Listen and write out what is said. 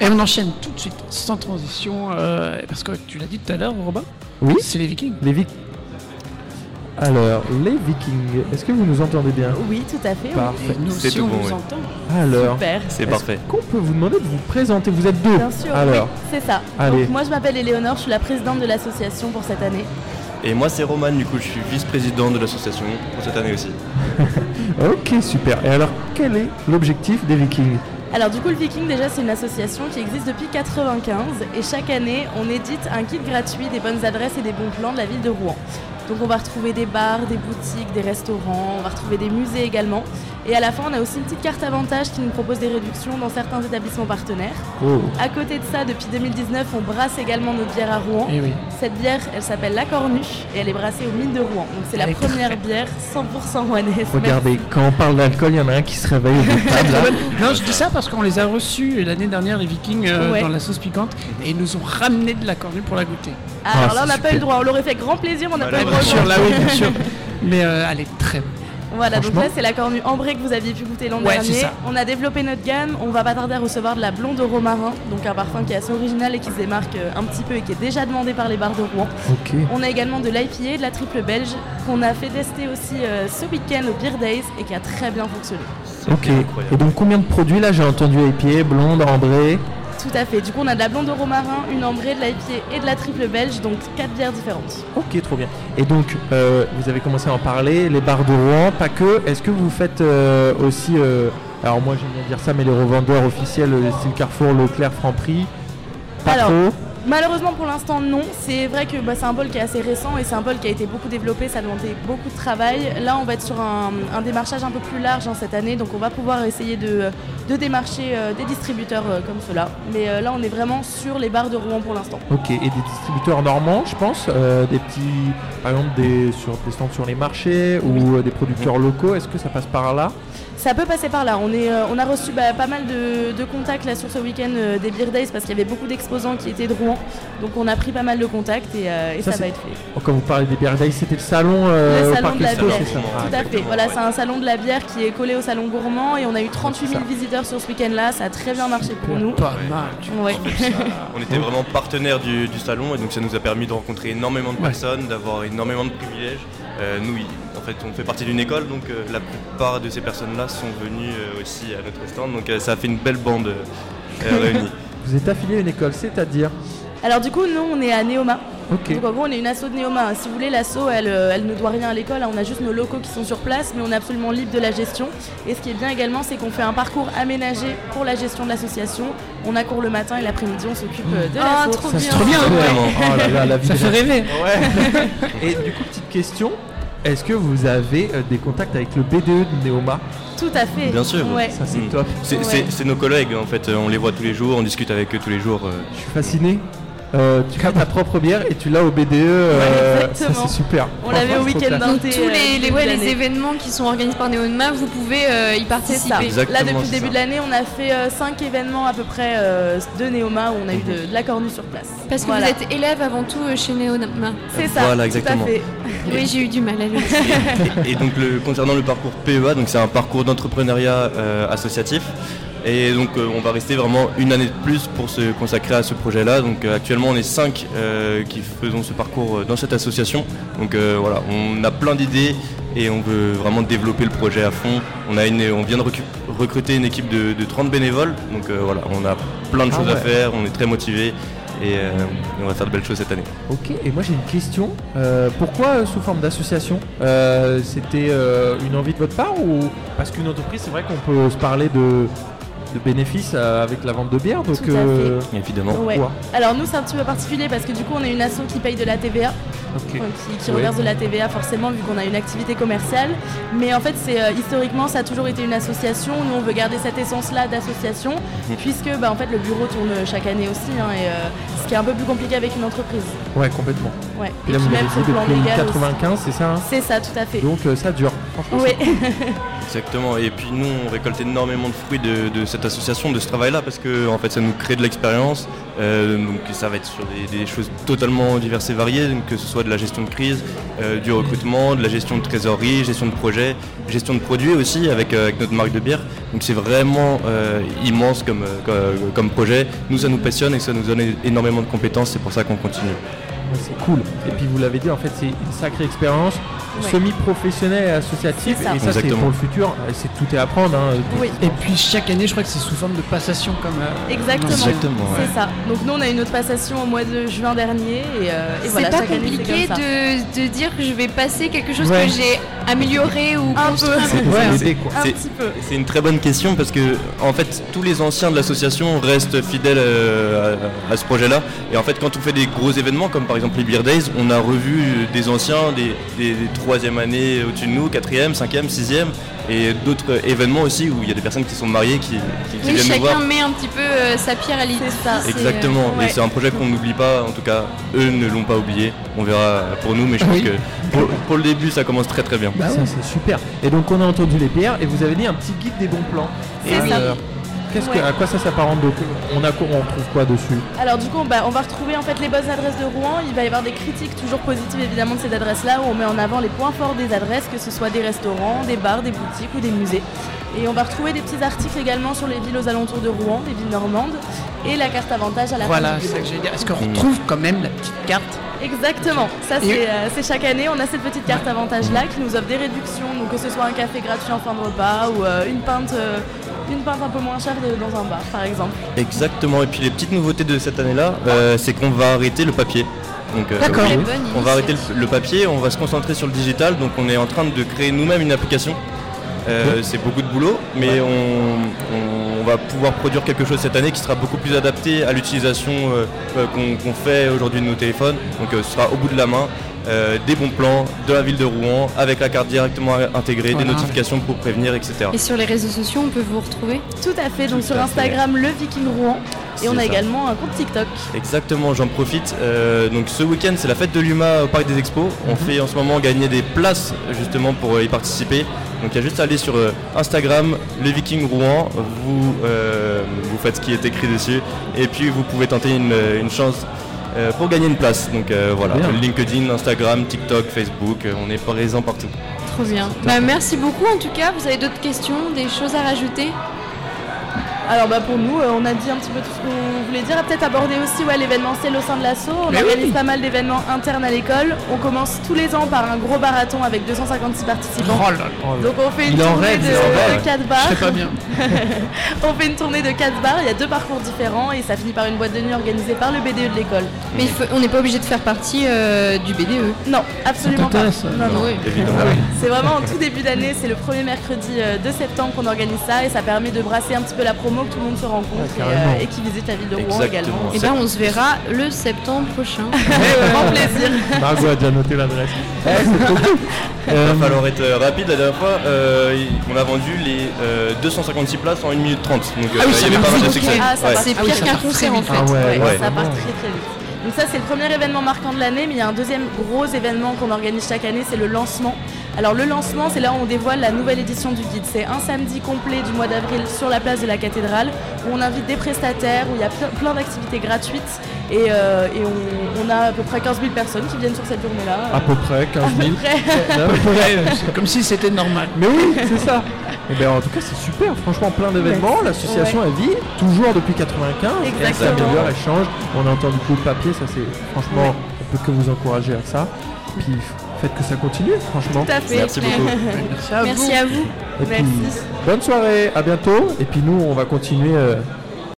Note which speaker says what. Speaker 1: Et on enchaîne tout de suite, sans transition, euh, parce que tu l'as dit tout à l'heure, Robin,
Speaker 2: Oui
Speaker 1: c'est les Vikings.
Speaker 2: Les Vikings. Alors, les Vikings, est-ce que vous nous entendez bien
Speaker 3: Oui, tout à fait. oui.
Speaker 2: Parfait.
Speaker 1: Et nous
Speaker 4: C'est
Speaker 1: aussi,
Speaker 4: tout
Speaker 1: on
Speaker 4: bon,
Speaker 1: nous
Speaker 4: oui.
Speaker 1: entend.
Speaker 2: Alors,
Speaker 3: Super.
Speaker 4: C'est
Speaker 2: est-ce
Speaker 4: parfait.
Speaker 2: qu'on peut vous demander de vous présenter Vous êtes deux.
Speaker 3: Bien sûr.
Speaker 2: Alors,
Speaker 3: oui, c'est ça.
Speaker 2: allez.
Speaker 3: Donc, moi, je m'appelle Éléonore, je suis la présidente de l'association pour cette année.
Speaker 4: Et moi, c'est Roman, du coup, je suis vice-président de l'association pour cette année aussi.
Speaker 2: ok, super. Et alors, quel est l'objectif des Vikings
Speaker 3: Alors du coup, le Viking, déjà, c'est une association qui existe depuis 95 et chaque année, on édite un guide gratuit des bonnes adresses et des bons plans de la ville de Rouen. Donc on va retrouver des bars, des boutiques, des restaurants, on va retrouver des musées également. Et à la fin, on a aussi une petite carte avantage qui nous propose des réductions dans certains établissements partenaires.
Speaker 2: Oh,
Speaker 3: À côté de ça, depuis 2019, on brasse également notre bière à Rouen.
Speaker 4: Eh
Speaker 1: Et oui.
Speaker 3: Cette bière, elle s'appelle la Cornuche et elle est brassée aux mines de Rouen. Donc c'est la
Speaker 1: Elle est
Speaker 3: première
Speaker 1: parfaite.
Speaker 3: bière 100% rouennaise.
Speaker 2: regardez, quand on parle d'alcool, il y en a un qui se réveille au bout de table, là.
Speaker 1: ben, Non, je dis ça parce qu'on les a reçus l'année dernière, les Vikings, euh,
Speaker 3: Ouais.
Speaker 1: dans la sauce piquante, et ils nous ont ramené de la cornue pour la goûter.
Speaker 3: Alors
Speaker 2: Ah,
Speaker 3: là, on n'a
Speaker 2: c'est
Speaker 3: pas eu le
Speaker 2: super.
Speaker 3: droit. On l'aurait fait grand plaisir, mais on n'a
Speaker 4: Voilà,
Speaker 3: pas eu le droit.
Speaker 4: bien
Speaker 1: Bien
Speaker 3: au
Speaker 1: sûr,
Speaker 3: droit.
Speaker 1: là, oui, bien sûr. Mais euh, elle est très bonne.
Speaker 3: Voilà, donc
Speaker 2: Franchement.
Speaker 3: là c'est la cornue ambrée que vous aviez pu goûter l'an
Speaker 1: Ouais, c'est
Speaker 3: dernier.
Speaker 1: ça.
Speaker 3: On a développé notre gamme, on va pas tarder à recevoir de la blonde au romarin, donc un parfum qui est assez original et qui se démarque euh, un petit peu et qui est déjà demandé par les bars de Rouen.
Speaker 2: Ok.
Speaker 3: On a également de l'IPA, de la triple belge, qu'on a fait tester aussi euh, ce week-end au Beer Days et qui a très bien fonctionné.
Speaker 2: Ok.
Speaker 4: incroyable.
Speaker 2: Et donc combien de produits là J'ai entendu IPA, blonde, ambrée.
Speaker 3: Tout à fait, du coup on a de la blonde au romarin, une ambrée, de l'IPA et de la triple belge, donc quatre bières différentes.
Speaker 2: Ok, trop bien. Et donc euh, vous avez commencé à en parler, les bars de Rouen, pas que. Est-ce que vous faites euh, aussi euh, Alors moi j'aime bien dire ça, mais les revendeurs officiels, euh, style Carrefour, Leclerc, Franprix, pas
Speaker 3: Alors,
Speaker 2: trop.
Speaker 3: Malheureusement pour l'instant non, c'est vrai que bah, c'est un bol qui est assez récent et c'est un bol qui a été beaucoup développé, ça a demandé beaucoup de travail. Là on va être sur un, un démarchage un peu plus large hein, cette année, donc on va pouvoir essayer de, de démarcher euh, des distributeurs euh, comme cela. Mais euh, là on est vraiment sur les bars de Rouen pour l'instant.
Speaker 2: Ok, et des distributeurs normands, je pense, euh, des petits, par exemple des, sur, des stands sur les marchés ou euh, des producteurs locaux. Est-ce que ça passe par là
Speaker 3: Ça peut passer par là, on, est, euh, on a reçu bah, pas mal de, de contacts là sur ce week-end euh, des Beer Days parce qu'il y avait beaucoup d'exposants qui étaient de Rouen, donc on a pris pas mal de contacts et, euh, et
Speaker 2: Ça,
Speaker 3: ça,
Speaker 2: c'est-
Speaker 3: va être fait.
Speaker 2: Oh, Quand vous parlez des Beer Days, c'était le salon, euh,
Speaker 3: Le
Speaker 2: au
Speaker 3: salon
Speaker 2: parc
Speaker 3: de la
Speaker 2: Expo,
Speaker 3: bière.
Speaker 2: c'est ça
Speaker 4: Tout
Speaker 2: Ah,
Speaker 3: Tout à fait.
Speaker 4: Exactement,
Speaker 3: Voilà,
Speaker 4: ouais.
Speaker 3: c'est un salon de la bière qui est collé au salon gourmand et on a eu 38 000
Speaker 2: C'est
Speaker 3: visiteurs sur ce week-end-là. Ça a très bien marché pour nous.
Speaker 1: Pas mal. tu vois.
Speaker 3: Ouais.
Speaker 4: On était vraiment partenaire du, du salon et donc ça nous a permis de rencontrer énormément de
Speaker 1: Ouais.
Speaker 4: personnes, d'avoir énormément de privilèges. Euh, nous, il- en fait, on fait partie d'une école, donc euh, la plupart de ces personnes-là sont venues euh, aussi à notre stand, donc euh, ça a fait une belle bande euh, euh, réunie.
Speaker 2: Vous êtes affilié à une école, c'est-à-dire
Speaker 3: Alors du coup, nous, on est à Néoma.
Speaker 2: Ok.
Speaker 3: Donc en gros, on est une asso de Néoma. hein. Si vous voulez, l'asso, elle, euh, elle ne doit rien à l'école. hein. On a juste nos locaux qui sont sur place, mais on est absolument libre de la gestion. Et ce qui est bien également, c'est qu'on fait un parcours aménagé pour la gestion de l'association. On a cours le matin et l'après-midi, on s'occupe euh, de la
Speaker 5: Ah,
Speaker 3: source.
Speaker 5: trop
Speaker 2: Ça
Speaker 5: bien.
Speaker 2: se trouve bien,
Speaker 4: Vraiment.
Speaker 2: Oh là là, la vie
Speaker 1: Ça
Speaker 2: de
Speaker 1: fait
Speaker 2: la-
Speaker 1: rêver.
Speaker 2: Et du coup, petite question. Est-ce que vous avez euh, des contacts avec le BDE de Neoma
Speaker 3: Tout à fait.
Speaker 4: Bien sûr.
Speaker 3: Ouais.
Speaker 2: Ça, c'est
Speaker 4: Mm.
Speaker 2: top.
Speaker 4: C'est
Speaker 3: Ouais.
Speaker 4: c'est- c'est nos collègues, en fait, euh, on les voit tous les jours, on discute avec eux tous les jours. euh.
Speaker 2: Je suis fasciné. Euh, tu as ta propre bière et tu l'as au BDE. euh,
Speaker 3: Ouais, exactement.
Speaker 2: ça, c'est super.
Speaker 3: On l'avait au
Speaker 2: Franchement, c'est
Speaker 3: week-end
Speaker 2: trop
Speaker 3: d'un
Speaker 5: Donc
Speaker 3: thé,
Speaker 5: tous
Speaker 3: euh,
Speaker 5: les, les,
Speaker 3: début
Speaker 5: ouais,
Speaker 3: de
Speaker 5: les
Speaker 3: l'année.
Speaker 5: événements qui sont organisés par Neonma, vous pouvez euh, y
Speaker 3: C'est ça.
Speaker 5: participer.
Speaker 4: Exactement,
Speaker 3: Là, depuis
Speaker 4: c'est
Speaker 3: le début
Speaker 4: ça.
Speaker 3: de l'année, on a fait 5 événements à peu près euh, de Néoma où on a eu de, de la cornue sur place.
Speaker 5: Parce que
Speaker 3: Voilà.
Speaker 5: vous êtes élève avant tout euh, chez Neonma.
Speaker 3: C'est ça.
Speaker 4: Voilà,
Speaker 3: tout à
Speaker 4: exactement.
Speaker 3: fait.
Speaker 5: Oui, j'ai eu du mal à le dire.
Speaker 4: Et donc le- concernant le parcours PEA, donc c'est un parcours d'entrepreneuriat euh, associatif. Et donc euh, on va rester vraiment une année de plus pour se consacrer à ce projet-là. Donc euh, actuellement on est cinq euh, qui faisons ce parcours euh, dans cette association. Donc euh, voilà, on a plein d'idées et on veut vraiment développer le projet à fond. On, a une, on vient de recu- recruter une équipe de, de 30 bénévoles. Donc euh, voilà, on a plein de
Speaker 2: Ah
Speaker 4: choses à
Speaker 2: ouais.
Speaker 4: faire, on est très motivés et euh, et on va faire de belles choses cette année.
Speaker 2: Ok, et moi j'ai une question. Euh, pourquoi euh, sous forme d'association Euh, C'était euh, une envie de votre part ou parce qu'une entreprise, c'est vrai qu'on peut se parler de, de bénéfices euh, avec la vente de bière, donc
Speaker 3: Tout à fait.
Speaker 2: euh,
Speaker 4: Évidemment.
Speaker 3: Ouais.
Speaker 2: pourquoi
Speaker 3: Alors nous, c'est un petit peu particulier parce que du coup, on est une asso qui paye de la TVA,
Speaker 2: Ok.
Speaker 3: enfin, qui, qui
Speaker 2: Ouais.
Speaker 3: reverse de la TVA forcément vu qu'on a une activité commerciale. Mais en fait, c'est euh, historiquement, ça a toujours été une association. Nous, on veut garder cette essence-là d'association
Speaker 4: Mhm.
Speaker 3: puisque bah, en fait, le bureau tourne chaque année aussi, hein, et, euh, ce qui est un peu plus compliqué avec une entreprise.
Speaker 2: Ouais, complètement.
Speaker 3: Ouais.
Speaker 2: Puis là,
Speaker 3: puis
Speaker 2: vous l'avez
Speaker 3: sur
Speaker 2: dit
Speaker 3: le plan
Speaker 2: depuis
Speaker 3: légal aussi.
Speaker 2: 95, c'est ça hein
Speaker 3: C'est ça, tout à fait.
Speaker 2: Donc euh, ça dure. Franchement,
Speaker 3: Oui.
Speaker 2: c'est cool.
Speaker 4: Exactement. Et puis nous, on récolte énormément de fruits de, de cette association, de ce travail-là, parce que en fait, ça nous crée de l'expérience. Euh, donc ça va être sur des, des choses totalement diverses et variées, donc que ce soit de la gestion de crise, euh, du recrutement, de la gestion de trésorerie, gestion de projet, gestion de produits aussi avec, euh, avec notre marque de bière. Donc c'est vraiment euh, immense comme, euh, comme, comme projet. Nous, ça nous passionne et ça nous donne énormément de compétences. C'est pour ça qu'on continue.
Speaker 2: Ouais, C'est cool. Et puis vous l'avez dit, en fait, c'est une sacrée expérience
Speaker 3: Ouais.
Speaker 2: semi-professionnelle et associative.
Speaker 3: C'est ça.
Speaker 2: Et ça, c'est
Speaker 4: Exactement.
Speaker 2: pour le futur. Euh, C'est tout est à prendre. hein.
Speaker 3: Oui.
Speaker 1: Et puis chaque année, je crois que c'est sous forme de passation comme. euh,
Speaker 3: Exactement.
Speaker 1: dans-
Speaker 4: Exactement, ouais.
Speaker 3: C'est ça. Donc nous, on a eu notre passation au mois de juin dernier et, euh, et
Speaker 5: C'est
Speaker 3: voilà,
Speaker 5: pas
Speaker 3: chaque année,
Speaker 5: compliqué
Speaker 3: c'est comme ça.
Speaker 5: de, de dire que je vais passer quelque chose
Speaker 2: Ouais.
Speaker 5: que j'ai amélioré ou
Speaker 3: Un
Speaker 5: construit.
Speaker 3: peu.
Speaker 2: C'est-
Speaker 1: Ouais,
Speaker 2: c'est
Speaker 4: c'est-
Speaker 2: l'aider, quoi.
Speaker 3: Un
Speaker 4: C'est-
Speaker 3: petit peu.
Speaker 4: C'est une très bonne question parce que en fait tous les anciens de l'association restent fidèles euh, à, à ce projet-là. Et en fait quand on fait des gros événements comme par exemple les Beer Days, on a revu euh, des anciens des, des, des troisième année au-dessus de nous, quatrième, cinquième, sixième et d'autres euh, événements aussi où il y a des personnes qui sont mariées qui, qui- qui
Speaker 5: Oui,
Speaker 4: viennent nous voir.
Speaker 5: chacun met un petit peu euh, sa pierre à l'édifice.
Speaker 3: C'est ça.
Speaker 5: et, euh,
Speaker 4: Exactement,
Speaker 3: ouais.
Speaker 4: et c'est un projet qu'on n'oublie pas, en tout cas eux ne l'ont pas oublié, on verra pour nous, mais je pense
Speaker 1: Oui.
Speaker 4: que pour, pour le début ça commence très très bien.
Speaker 1: Bah
Speaker 2: Ça,
Speaker 1: ouais.
Speaker 2: c'est super. Et donc, on a entendu les pierres et vous avez dit un petit guide des bons plans.
Speaker 3: C'est
Speaker 2: Et, euh,
Speaker 3: ça.
Speaker 2: qu'est-ce que,
Speaker 3: Ouais.
Speaker 2: à quoi ça s'apparente donc On a quoi- on retrouve quoi dessus
Speaker 3: Alors du coup, bah, on va- on va retrouver en fait les bonnes adresses de Rouen. Il va y avoir des critiques toujours positives évidemment de ces adresses-là où on met en avant les points forts des adresses, que ce soit des restaurants, des bars, des boutiques ou des musées. Et on va retrouver des petits articles également sur les villes aux alentours de Rouen, des villes normandes, et la carte avantage à la fin.
Speaker 1: Voilà,
Speaker 3: du
Speaker 1: c'est
Speaker 3: guide.
Speaker 1: ça que j'allais dire. Est-ce qu'on
Speaker 4: Mm.
Speaker 1: retrouve quand même la petite carte
Speaker 3: Exactement. Ça
Speaker 1: Et-
Speaker 3: c'est euh, c'est chaque année, on a cette petite carte avantage-là qui nous offre des réductions, donc que ce soit un café gratuit en fin de repas ou euh, une pinte. euh, une pinte un peu moins chère de- dans un bar par exemple.
Speaker 4: Exactement, et puis les petites nouveautés de cette année-là, euh, c'est qu'on va arrêter le papier. Donc, euh,
Speaker 1: D'accord.
Speaker 5: Très bonne
Speaker 4: On va arrêter
Speaker 5: initiative.
Speaker 4: le, le papier, on va se concentrer sur le digital, donc on est en train de créer nous-mêmes une application. Euh, c'est beaucoup de boulot, mais on, on va pouvoir produire quelque chose cette année qui sera beaucoup plus adapté à l'utilisation euh, euh, qu'on qu'on fait aujourd'hui de nos téléphones. Donc euh, ce sera au bout de la main, euh, des bons plans de la ville de Rouen, avec la carte directement intégrée,
Speaker 1: Voilà.
Speaker 4: des notifications pour prévenir, etc.
Speaker 5: Et sur les réseaux sociaux, on peut vous retrouver.
Speaker 3: Tout à fait, donc
Speaker 4: Tout
Speaker 3: sur
Speaker 4: à fait.
Speaker 3: Instagram le Viking Rouen et
Speaker 4: C'est
Speaker 3: on a
Speaker 4: ça.
Speaker 3: également un compte TikTok.
Speaker 4: Exactement, j'en profite. Euh, donc ce week-end, c'est la fête de l'UMA au Parc des Expos. On fait en ce moment gagner des places justement pour euh, y participer. Donc il y a juste à aller sur euh, Instagram, les Vikings Rouen, vous, euh, vous faites ce qui est écrit dessus et puis vous pouvez tenter une, euh, une chance euh, pour gagner une place. Donc euh, voilà,
Speaker 2: Bien.
Speaker 4: LinkedIn, Instagram, TikTok, Facebook, euh, on est présent partout.
Speaker 5: Trop bien. Bah, merci beaucoup en tout cas. Vous avez d'autres questions, des choses à rajouter
Speaker 3: Alors bah pour nous, euh, on a dit un petit peu tout ce qu'on voulait dire, à peut-être aborder aussi ouais, l'événementiel au sein de l'assaut. On
Speaker 1: Mais
Speaker 3: organise
Speaker 1: oui.
Speaker 3: pas mal d'événements internes à l'école. On commence tous les ans par un gros marathon avec 256 participants.
Speaker 1: Oh là là,
Speaker 3: Donc on fait une
Speaker 2: Il en
Speaker 3: tournée
Speaker 2: rêve,
Speaker 3: de,
Speaker 2: il en
Speaker 4: rêve.
Speaker 3: de 4
Speaker 1: je
Speaker 3: bars.
Speaker 1: serais pas bien.
Speaker 3: On fait une tournée de 4 bars, il y a deux parcours différents et ça finit par une boîte de nuit organisée par le BDE de l'école.
Speaker 5: Mais il faut- on n'est pas obligé de faire partie euh, du BDE.
Speaker 3: Non, absolument pas.
Speaker 1: t'intéresse, ça
Speaker 3: Non, non.
Speaker 5: Oui.
Speaker 4: Évidemment.
Speaker 3: C'est vraiment en tout début d'année, c'est le premier mercredi euh, de septembre qu'on organise ça et ça permet de brasser un petit peu la promo, que tout le monde se rencontre et,
Speaker 2: carrément.
Speaker 3: euh, et qui visite la ville de Rouen
Speaker 4: Exactement.
Speaker 3: également.
Speaker 5: Et ben on se verra le septembre prochain.
Speaker 3: Ah Grand plaisir.
Speaker 2: Margot a déjà noté l'adresse. Eh, c'est trop cool. Euh,
Speaker 4: Il va falloir être euh, rapide la dernière fois. euh, on a vendu les euh, 256 places en 1 minute 30. Donc euh,
Speaker 1: Ah oui,
Speaker 4: il y
Speaker 1: ça
Speaker 4: avait pas mal de
Speaker 1: marche.
Speaker 4: succès.
Speaker 3: Ah, ça
Speaker 4: Ouais.
Speaker 3: marche.
Speaker 5: C'est
Speaker 1: Ah oui,
Speaker 5: pire
Speaker 1: ça
Speaker 5: qu'un
Speaker 1: part très
Speaker 5: concert en
Speaker 1: vite.
Speaker 5: fait.
Speaker 2: Ah ouais,
Speaker 4: Ouais.
Speaker 3: Ça part
Speaker 2: vraiment.
Speaker 3: très très vite. Donc ça c'est le premier événement marquant de l'année, mais il y a un deuxième gros événement qu'on organise chaque année, c'est le lancement. Alors le lancement, c'est là où on dévoile la nouvelle édition du guide. C'est un samedi complet du mois d'avril sur la place de la cathédrale, où on invite des prestataires, où il y a ple- plein d'activités gratuites, et, euh, et on, on a à peu près 15 000 personnes qui viennent sur cette journée-là.
Speaker 2: À
Speaker 4: Ah.
Speaker 2: peu près 15 000.
Speaker 1: Ouais, euh, c'est comme si c'était normal.
Speaker 2: Mais oui, c'est ça. Et ben, en tout cas, c'est super. Franchement, plein d'événements. L'association elle vit toujours depuis 95. Elle
Speaker 3: Exactement.
Speaker 2: s'améliore, elle change. On a entendu beaucoup de papier. Ça, c'est franchement, on peut que vous encourager à ça. Puis faites que ça continue, franchement.
Speaker 3: Tout à fait.
Speaker 4: Merci beaucoup.
Speaker 1: Merci à vous.
Speaker 5: Merci à vous.
Speaker 2: Et puis,
Speaker 3: Merci.
Speaker 2: bonne soirée, à bientôt. Et puis nous, on va continuer euh,